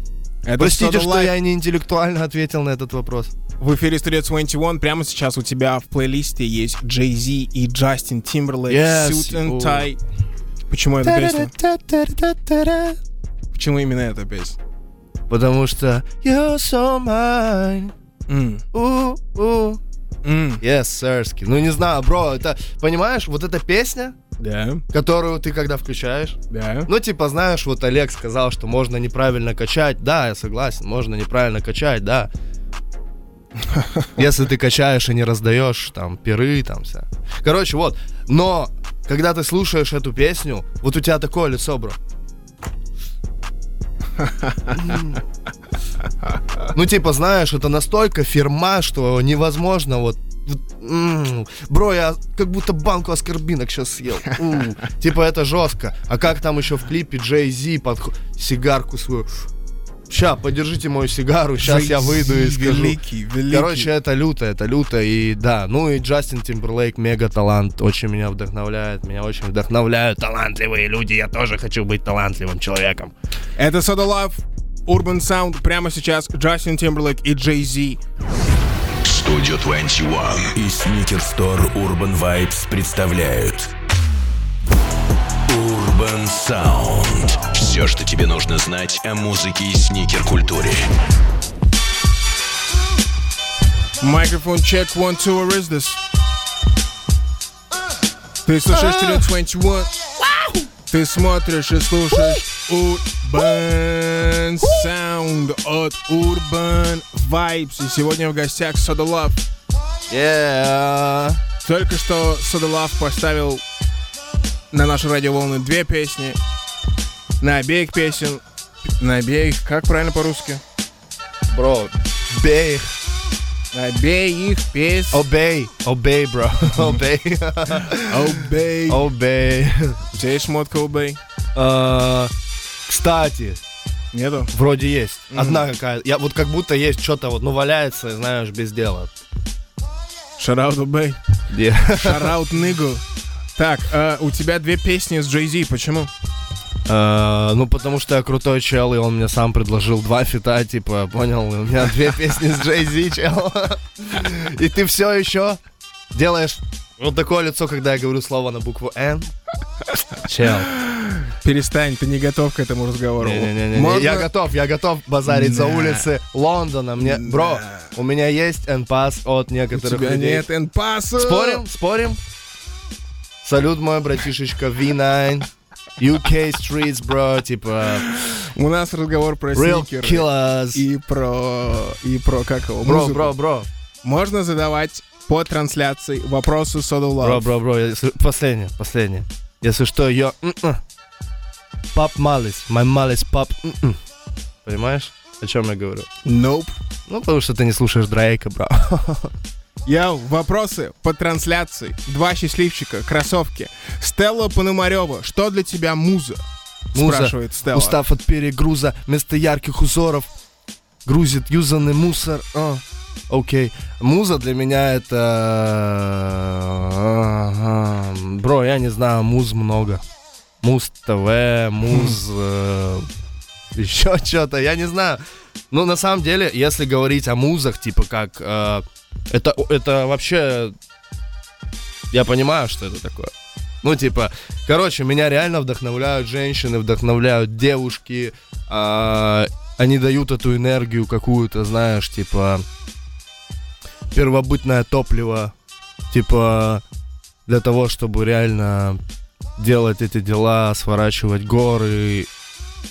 Speaker 2: Это
Speaker 3: Простите,
Speaker 2: Soda
Speaker 3: что
Speaker 2: Life.
Speaker 3: я не интеллектуально ответил на этот вопрос.
Speaker 2: В эфире Studio 21. Прямо сейчас у тебя в плейлисте есть Jay Z и Джастин Timberlake
Speaker 3: Yes.
Speaker 2: Suit and
Speaker 3: О.
Speaker 2: Tie. Почему эта песня? Почему именно эта песня?
Speaker 3: Потому что You're so mine.
Speaker 2: М,
Speaker 3: У, у.
Speaker 2: м,
Speaker 3: Yes, сэрски. Ну не знаю, бро, это понимаешь, вот эта песня,
Speaker 2: Да,
Speaker 3: которую ты когда включаешь.
Speaker 2: да.
Speaker 3: Ну, типа, знаешь, вот Олег сказал, что можно неправильно качать. Да, я согласен, можно неправильно качать, да. Если ты качаешь и не раздаешь там перы, там вся. Короче, вот. Но когда ты слушаешь эту песню, вот у тебя такое лицо, бро. Ну, типа, знаешь, это настолько фирма, что невозможно вот... вот, м, Бро, я как будто банку аскорбинок сейчас съел. У, Типа, это жестко. А как там еще в клипе Джей Зи под сигарку свою... Ща, подержите мою сигару, сейчас я
Speaker 2: Jay-Z
Speaker 3: выйду и скажу.
Speaker 2: Великий, великий.
Speaker 3: Короче, это люто, это люто, и да. Ну и Джастин Тимберлейк, мега талант, очень меня вдохновляет, меня очень вдохновляют талантливые люди, я тоже хочу быть талантливым человеком.
Speaker 2: это Soda Life, Urban Sound. Прямо сейчас Джастин Timberlake и Jay Z.
Speaker 1: Studio 21 и Sneaker Store Urban Vibes представляют Urban Sound. Все, что тебе нужно знать о музыке и сникер-культуре.
Speaker 2: Microphone check one two or is this? Ты слушаешь Studio 21. Ты смотришь и слушаешь Urban Sound от Urban Vibes. И сегодня в гостях Soda Love.
Speaker 3: Yeah.
Speaker 2: Только что Soda Love поставил на наши радиоволны две песни. На обеих песен. На обеих. Как правильно по-русски?
Speaker 3: Бро, бей их.
Speaker 2: На обеих песен.
Speaker 3: Obey. Obey, бро. Obey.
Speaker 2: Обей.
Speaker 3: Obey.
Speaker 2: У тебя есть шмотка Обей?
Speaker 3: Э, Кстати,
Speaker 2: Нету?
Speaker 3: вроде есть. Одна какая Я вот как будто есть что-то вот, ну валяется, знаешь, без дела.
Speaker 2: Шараут Обей.
Speaker 3: Где?
Speaker 2: Шараут Нигу. Так, э, у тебя две песни с Джей Зи, почему?
Speaker 3: Э, Ну, потому что я крутой чел, и он мне сам предложил два фита, типа, понял, И у меня две песни с Джей Зи, чел. И ты все еще делаешь вот такое лицо, когда я говорю слово на букву Н. Чел.
Speaker 2: Перестань, ты не готов к этому разговору.
Speaker 3: Не-не-не-не,
Speaker 2: Можно-
Speaker 3: Я готов, я готов базарить за
Speaker 2: Да.
Speaker 3: улицы Лондона. Мне, бро, у меня есть N-пас от
Speaker 2: У
Speaker 3: некоторых
Speaker 2: тебя
Speaker 3: людей.
Speaker 2: нет энпаса.
Speaker 3: Спорим, спорим. Салют, мой братишечка V9. UK Streets, бро, типа
Speaker 2: У нас разговор про
Speaker 3: Real
Speaker 2: сникеры.
Speaker 3: Killers.
Speaker 2: И про... И про как его?
Speaker 3: Бро,
Speaker 2: музыку.
Speaker 3: бро, бро,
Speaker 2: Можно задавать по трансляции вопросы Soda Love.
Speaker 3: бро, бро, бро, если- последнее, последнее. Если что, я... м-м. Пап Малис, мой Малис пап... м-м. Понимаешь, о чем я говорю?
Speaker 2: Nope.
Speaker 3: Ну, потому что ты не слушаешь Дрейка, бро.
Speaker 2: Йоу, вопросы по трансляции. Два счастливчика, кроссовки. Стелла Пономарева, что для тебя муза?
Speaker 3: Муза.
Speaker 2: Спрашивает Стелла.
Speaker 3: Устав от перегруза, вместо ярких узоров грузит юзанный мусор. А, Окей. Муза для меня это... ага, Бро, я не знаю, муз много. Муз ТВ, муз... еще что-то, я не знаю. Ну, на самом деле, если говорить о музах, типа как... э, это, это вообще... Я понимаю, что это такое. Ну, типа, короче, меня реально вдохновляют женщины, вдохновляют девушки. а, они дают эту энергию какую-то, знаешь, типа, первобытное топливо, типа, для того, чтобы реально делать эти дела, сворачивать горы,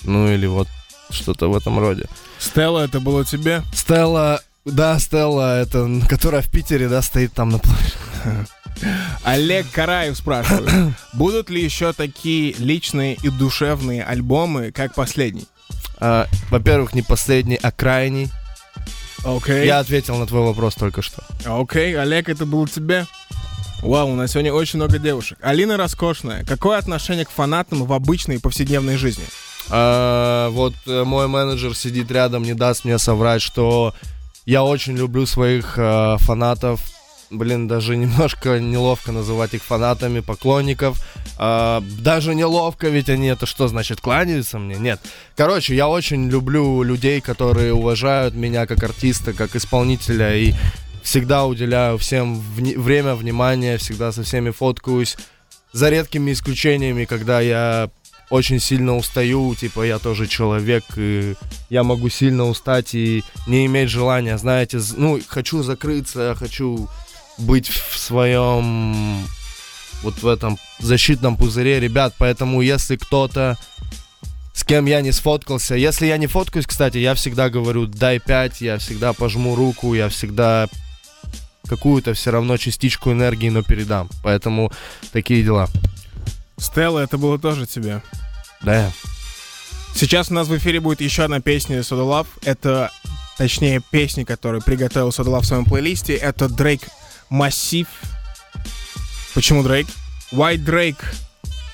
Speaker 3: ну или вот что-то в этом роде.
Speaker 2: Стелла, это было тебе?
Speaker 3: Стелла, да, Стелла, это, м, которая в Питере, да, стоит там на площади.
Speaker 2: Олег Караев спрашивает, будут ли еще такие личные и душевные альбомы, как последний?
Speaker 3: А, во-первых, не последний, а крайний.
Speaker 2: Окей.
Speaker 3: Я ответил на твой вопрос только что.
Speaker 2: Окей, Олег, это было тебе. Вау, у нас сегодня очень много девушек. Алина Роскошная. Какое отношение к фанатам в обычной повседневной жизни?
Speaker 3: А, вот э, мой менеджер сидит рядом, не даст мне соврать, что я очень люблю своих э, фанатов. Блин, даже немножко неловко называть их фанатами, поклонников. А, даже неловко, ведь они это что значит, кланяются мне? Нет. Короче, я очень люблю людей, которые уважают меня как артиста, как исполнителя и всегда уделяю всем вни- время, внимание, всегда со всеми фоткаюсь. За редкими исключениями, когда я очень сильно устаю, типа я тоже человек, и я могу сильно устать и не иметь желания, знаете, з- ну, хочу закрыться, хочу быть в своем вот в этом защитном пузыре, ребят, поэтому если кто-то с кем я не сфоткался. Если я не фоткаюсь, кстати, я всегда говорю «дай 5», я всегда пожму руку, я всегда какую-то все равно частичку энергии, но передам. Поэтому такие дела.
Speaker 2: Стелла, это было тоже тебе.
Speaker 3: Да.
Speaker 2: Сейчас у нас в эфире будет еще одна песня Soda Love. Это, точнее, песни, которые приготовил Soda Love в своем плейлисте. Это Дрейк Массив. Почему Дрейк? Why Дрейк?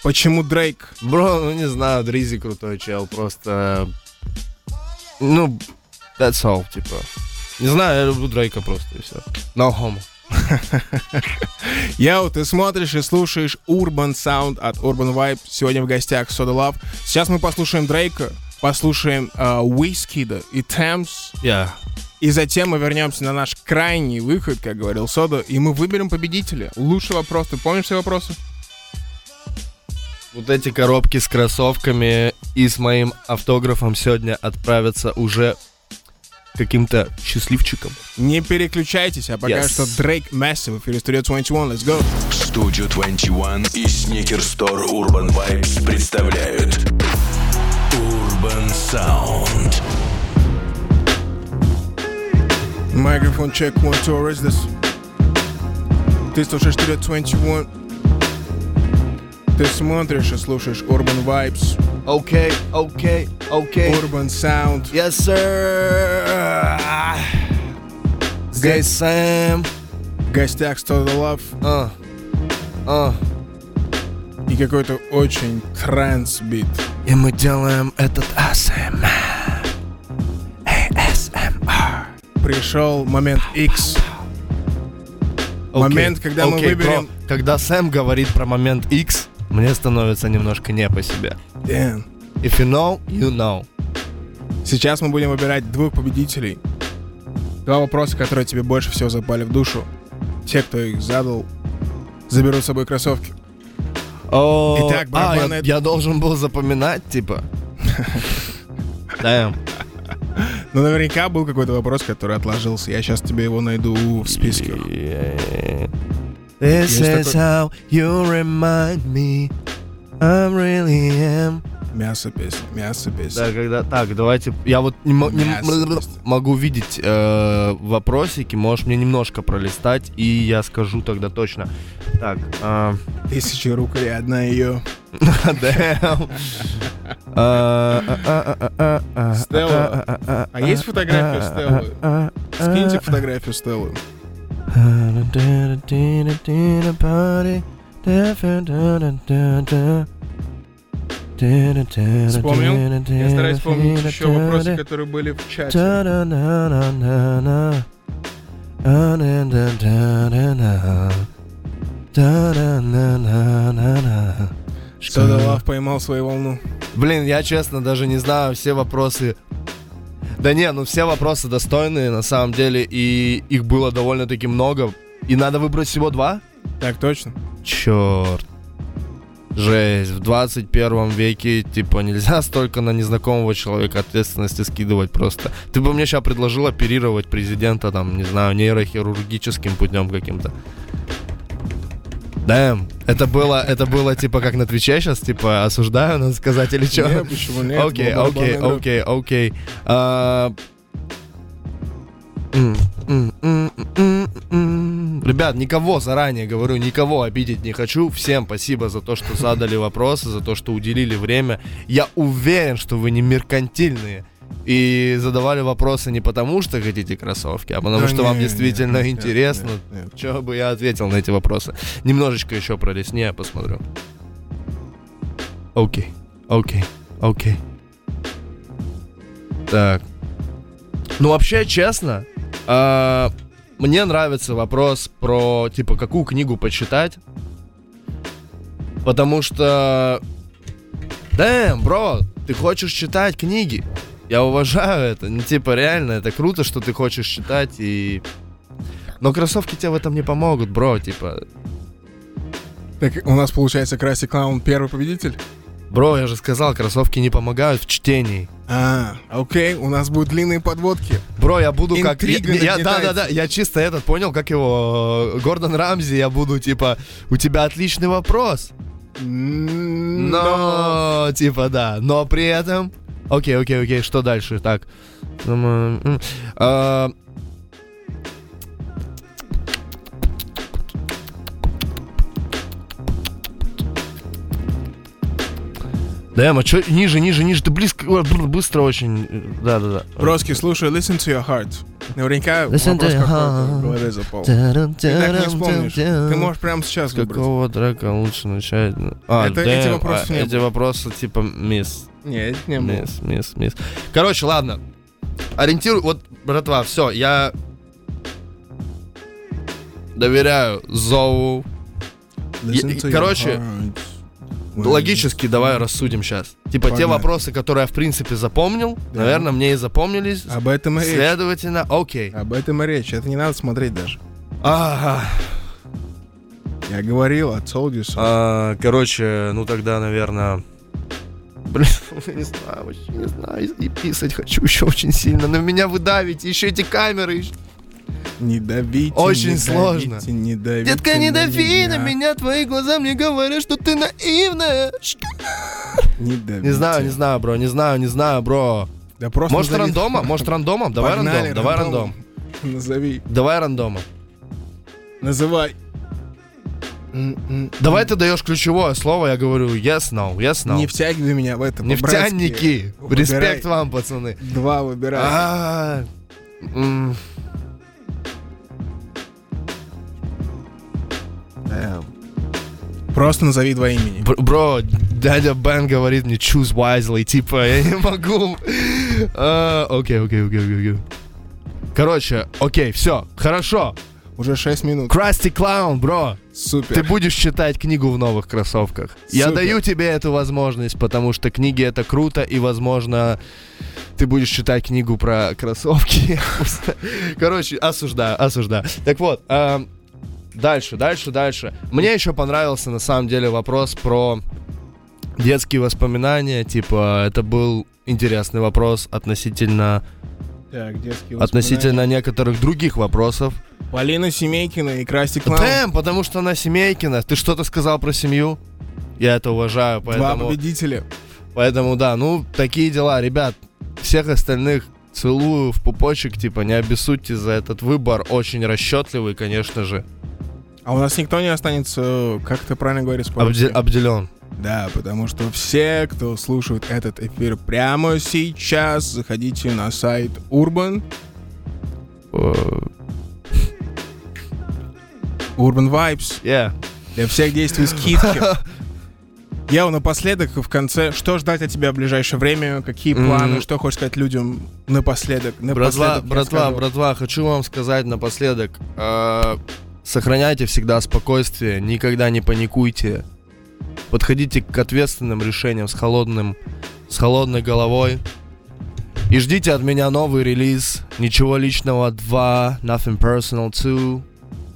Speaker 2: Почему Дрейк?
Speaker 3: Бро, ну не знаю, Дризи крутой чел, просто... Ну, that's all, типа. Не знаю, я люблю Дрейка просто, и все. No homo.
Speaker 2: Йоу, ты смотришь и слушаешь Urban Sound от Urban Vibe. Сегодня в гостях Soda Love. Сейчас мы послушаем Дрейка, послушаем Уискида и Темс.
Speaker 3: Я.
Speaker 2: И затем мы вернемся на наш крайний выход, как говорил Сода, и мы выберем победителя. Лучший вопрос. Ты помнишь все вопросы?
Speaker 3: Вот эти коробки с кроссовками и с моим автографом сегодня отправятся уже каким-то счастливчиком.
Speaker 2: Не переключайтесь, а пока
Speaker 3: Yes.
Speaker 2: что Дрейк Massive в эфире Studio 21. Let's go.
Speaker 1: Studio 21 и Sneaker Store Urban Vibes представляют Urban Sound.
Speaker 2: Microphone check, one, two, erase this. Ты слушаешь Studio 21. Ты смотришь и слушаешь Urban Vibes,
Speaker 3: Окей, окей, окей.
Speaker 2: Urban Sound.
Speaker 3: Yes, sir. Здесь Сэм.
Speaker 2: В гостях Stone Love
Speaker 3: А, а.
Speaker 2: и какой-то очень транс-бит.
Speaker 3: И мы делаем этот А ASMR. ASMR.
Speaker 2: Пришел момент X. Момент, когда мы
Speaker 3: окей,
Speaker 2: выберем-
Speaker 3: про- когда Сэм говорит про момент X, мне становится немножко не по себе.
Speaker 2: Damn.
Speaker 3: If you know, you know.
Speaker 2: Сейчас мы будем выбирать двух победителей. Два вопроса, которые тебе больше всего запали в душу. Те, кто их задал, заберут с собой кроссовки.
Speaker 3: О,
Speaker 2: Итак,
Speaker 3: а,
Speaker 2: барабаны-
Speaker 3: я, я должен был запоминать, типа. Да.
Speaker 2: Но наверняка был какой-то вопрос, который отложился. Я сейчас тебе его найду в списке.
Speaker 3: This
Speaker 2: Есть
Speaker 3: is how you remind me. I really am.
Speaker 2: Мясо песня, мясо
Speaker 3: Да,
Speaker 2: песня.
Speaker 3: когда так, давайте. Я вот не, мо- не м-
Speaker 2: Мясо.
Speaker 3: могу видеть э, вопросики, можешь мне немножко пролистать, и я скажу тогда точно. Так. э,
Speaker 2: Тысячи рук или одна ее.
Speaker 3: Damn. А, а, а, а, а,
Speaker 2: Стелла.
Speaker 3: а, а,
Speaker 2: А есть фотография
Speaker 3: а,
Speaker 2: Стеллы?
Speaker 3: а, а,
Speaker 2: Скиньте
Speaker 3: а.
Speaker 2: фотографию Стеллы.
Speaker 3: Da-da-da-da-da-da party. Da-da-da-da-da-da. Da-da-da-da-da-da-da.
Speaker 2: Вспомнил? Я стараюсь вспомнить еще вопросы, которые были в чате.
Speaker 3: Та-да-на-на-на-на. А-да-да-да-да-да. Та-да-на-на-на-на.
Speaker 2: Что Лав поймал свою волну.
Speaker 3: Блин, я честно даже не знаю все вопросы. Да не, ну все вопросы достойные на самом деле, и их было довольно-таки много. И надо выбрать всего два?
Speaker 2: Так точно.
Speaker 3: Черт. Жесть, в 21 веке, типа, нельзя столько на незнакомого человека ответственности скидывать просто. Ты бы мне сейчас предложил оперировать президента, там, не знаю, нейрохирургическим путем каким-то. Да, это было, это было, типа, как на Твиче сейчас, типа, осуждаю, надо сказать, или что?
Speaker 2: Не, почему нет?
Speaker 3: Окей,
Speaker 2: Была
Speaker 3: окей,
Speaker 2: барабанная дробь.
Speaker 3: окей, окей. А, м, м, м, м, м. Ребят, никого заранее говорю, никого обидеть не хочу. Всем спасибо за то, что задали вопросы, за то, что уделили время. Я уверен, что вы не меркантильные. И задавали вопросы не потому, что хотите кроссовки, а потому,
Speaker 2: Да
Speaker 3: что
Speaker 2: не,
Speaker 3: вам
Speaker 2: не,
Speaker 3: действительно
Speaker 2: нет, нет,
Speaker 3: интересно.
Speaker 2: нет, нет.
Speaker 3: Чего бы я ответил на эти вопросы? Немножечко еще пролистни, я посмотрю. Окей, окей, окей. Так. Ну, вообще, честно, а, мне нравится вопрос про, типа, какую книгу почитать. Потому что... Дэм, бро, ты хочешь читать книги. Я уважаю это. Ну, типа, реально, это круто, что ты хочешь читать и... Но кроссовки тебе в этом не помогут, бро, типа...
Speaker 2: Так у нас получается Краси Клаун первый победитель.
Speaker 3: Бро, я же сказал, кроссовки не помогают в чтении.
Speaker 2: А, окей, у нас будут длинные подводки.
Speaker 3: Бро, я буду как...
Speaker 2: Интрига
Speaker 3: я- я- да,
Speaker 2: нагнетается.
Speaker 3: да, да, я чисто этот понял, как его... э, Гордон Рамзи, я буду типа... У тебя отличный вопрос.
Speaker 2: М,
Speaker 3: Но, типа, да. Но при этом... Окей, окей, окей, что дальше? Так. М, м, м. А, Дэм, а чё ниже, ниже, ниже, ты близко, о, бр- быстро очень, э, да-да-да.
Speaker 2: Броски, слушай, listen to your heart. Наверняка
Speaker 3: Listen
Speaker 2: вопрос
Speaker 3: to your
Speaker 2: какой-то в
Speaker 3: heart.
Speaker 2: голове запал. Ты так не вспомнишь. Ты можешь прямо сейчас
Speaker 3: С
Speaker 2: выбрать.
Speaker 3: какого трека лучше начать? А,
Speaker 2: Это- эти
Speaker 3: Дэм,
Speaker 2: вопросы
Speaker 3: а,
Speaker 2: не
Speaker 3: эти
Speaker 2: было.
Speaker 3: вопросы типа мисс,
Speaker 2: Нет, не было.
Speaker 3: Мисс, мисс, мисс. Короче, ладно. Ориентирую. Вот, братва, все, я доверяю Зову.
Speaker 2: Listen to
Speaker 3: Я-
Speaker 2: your
Speaker 3: короче,
Speaker 2: heart. When-
Speaker 3: Логически давай рассудим сейчас. Типа те
Speaker 2: Понятно.
Speaker 3: вопросы, которые я в принципе запомнил,
Speaker 2: Да. А,
Speaker 3: наверное, мне и запомнились.
Speaker 2: Об этом и речь.
Speaker 3: Следовательно, окей.
Speaker 2: Об этом и речь. Это не надо смотреть даже.
Speaker 3: Ага.
Speaker 2: Я говорил, I told you so.
Speaker 3: А, короче, ну тогда, наверное... Блин, не знаю, вообще не знаю. И писать хочу еще очень сильно. На меня вы давите, еще эти камеры. ещё.
Speaker 2: Не давите,
Speaker 3: Очень
Speaker 2: не
Speaker 3: сложно.
Speaker 2: давите, не давите
Speaker 3: Детка, не дави
Speaker 2: меня.
Speaker 3: на меня, твои глаза мне говорят, что ты наивная.
Speaker 2: Не давите.
Speaker 3: Не знаю, не знаю, бро, не знаю, не знаю, бро.
Speaker 2: Да просто
Speaker 3: Может
Speaker 2: назови-
Speaker 3: рандома? Может рандомом? Давай
Speaker 2: Погнали,
Speaker 3: рандом, давай
Speaker 2: рандомом.
Speaker 3: рандом.
Speaker 2: Назови.
Speaker 3: Давай рандома.
Speaker 2: Называй.
Speaker 3: Давай ты даешь ключевое слово, я говорю yes, no, yes, no.
Speaker 2: Не втягивай меня в это. по-братски.
Speaker 3: Нефтяники.
Speaker 2: Выбирай.
Speaker 3: Ну. Респект вам, пацаны.
Speaker 2: Два выбирай.
Speaker 3: А, м,
Speaker 2: Просто назови два имени.
Speaker 3: бр- Бро, дядя Бен говорит мне choose wisely, типа я не могу. А, Окей, окей, окей, окей. окей. Короче, окей, все, хорошо.
Speaker 2: Уже шесть минут.
Speaker 3: Красти Клаун, бро, ты
Speaker 2: Супер.
Speaker 3: будешь читать книгу в новых кроссовках. Я
Speaker 2: Супер.
Speaker 3: даю тебе эту возможность, потому что книги это круто, и, возможно, ты будешь читать книгу про кроссовки. Короче, осуждаю, осуждаю. Так вот, эм, дальше, дальше, дальше. Мне еще понравился, на самом деле, вопрос про детские воспоминания. Типа, это был интересный вопрос относительно,
Speaker 2: Так, детские
Speaker 3: относительно некоторых других вопросов.
Speaker 2: воспоминания. Полина Семейкина и Красти Клаун.
Speaker 3: Тэм, потому что она семейкина. Ты что-то сказал про семью? Я это уважаю,
Speaker 2: Два
Speaker 3: поэтому,
Speaker 2: победителя.
Speaker 3: поэтому да, ну, такие дела, ребят. Всех остальных целую в пупочек, типа, не обессудьте за этот выбор, очень расчетливый, конечно же.
Speaker 2: А у нас никто не останется, э, как это правильно говорится,
Speaker 3: Обде- обделен.
Speaker 2: Да, потому что все, кто слушает этот эфир прямо сейчас, заходите на сайт Urban,
Speaker 3: Э,
Speaker 2: Urban Vibes,
Speaker 3: Yeah.
Speaker 2: для всех действий скидки. Я напоследок в конце, что ждать от тебя в ближайшее время, какие
Speaker 3: М.
Speaker 2: планы, что хочешь сказать людям напоследок.
Speaker 3: Братва,
Speaker 2: Напоследок я
Speaker 3: братва,
Speaker 2: скажу.
Speaker 3: братва, хочу вам сказать напоследок. э, сохраняйте всегда спокойствие, никогда не паникуйте. Подходите к ответственным решениям с холодным, с холодной головой. И ждите от меня новый релиз. Ничего личного 2, Nothing Personal 2.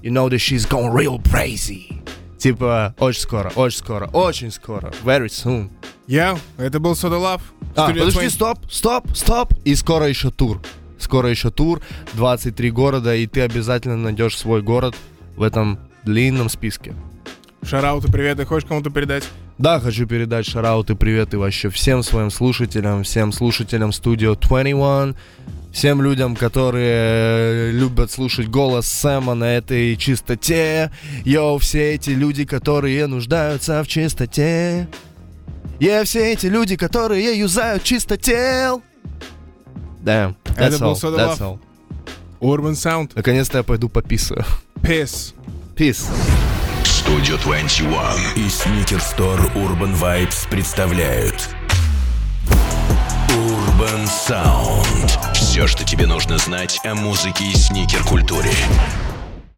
Speaker 3: You know that she's gone real crazy. Типа, очень скоро, очень скоро, очень скоро. Very soon.
Speaker 2: Я, это был Содолав.
Speaker 3: А, подожди, стоп, стоп, стоп. И скоро еще тур. Скоро еще тур, 23 города, и ты обязательно найдешь свой город в этом длинном списке.
Speaker 2: Шараут и привет, ты хочешь кому-то передать?
Speaker 3: Да, хочу передать шараут и привет и вообще всем своим слушателям, всем слушателям Studio 21, всем людям, которые любят слушать голос Сэма на этой чистоте. Йоу, все эти люди, которые нуждаются в чистоте. Я все эти люди, которые юзают чистотел. Да,
Speaker 2: Это
Speaker 3: that's
Speaker 2: был
Speaker 3: all,
Speaker 2: Soda
Speaker 3: that's
Speaker 2: Love.
Speaker 3: all.
Speaker 2: Urban Sound.
Speaker 3: Наконец-то я пойду пописаю.
Speaker 2: Peace.
Speaker 3: Peace.
Speaker 1: Studio 21 и Sneaker Store Urban Vibes представляют Urban Sound. Все, что тебе нужно знать о музыке и сникер-культуре.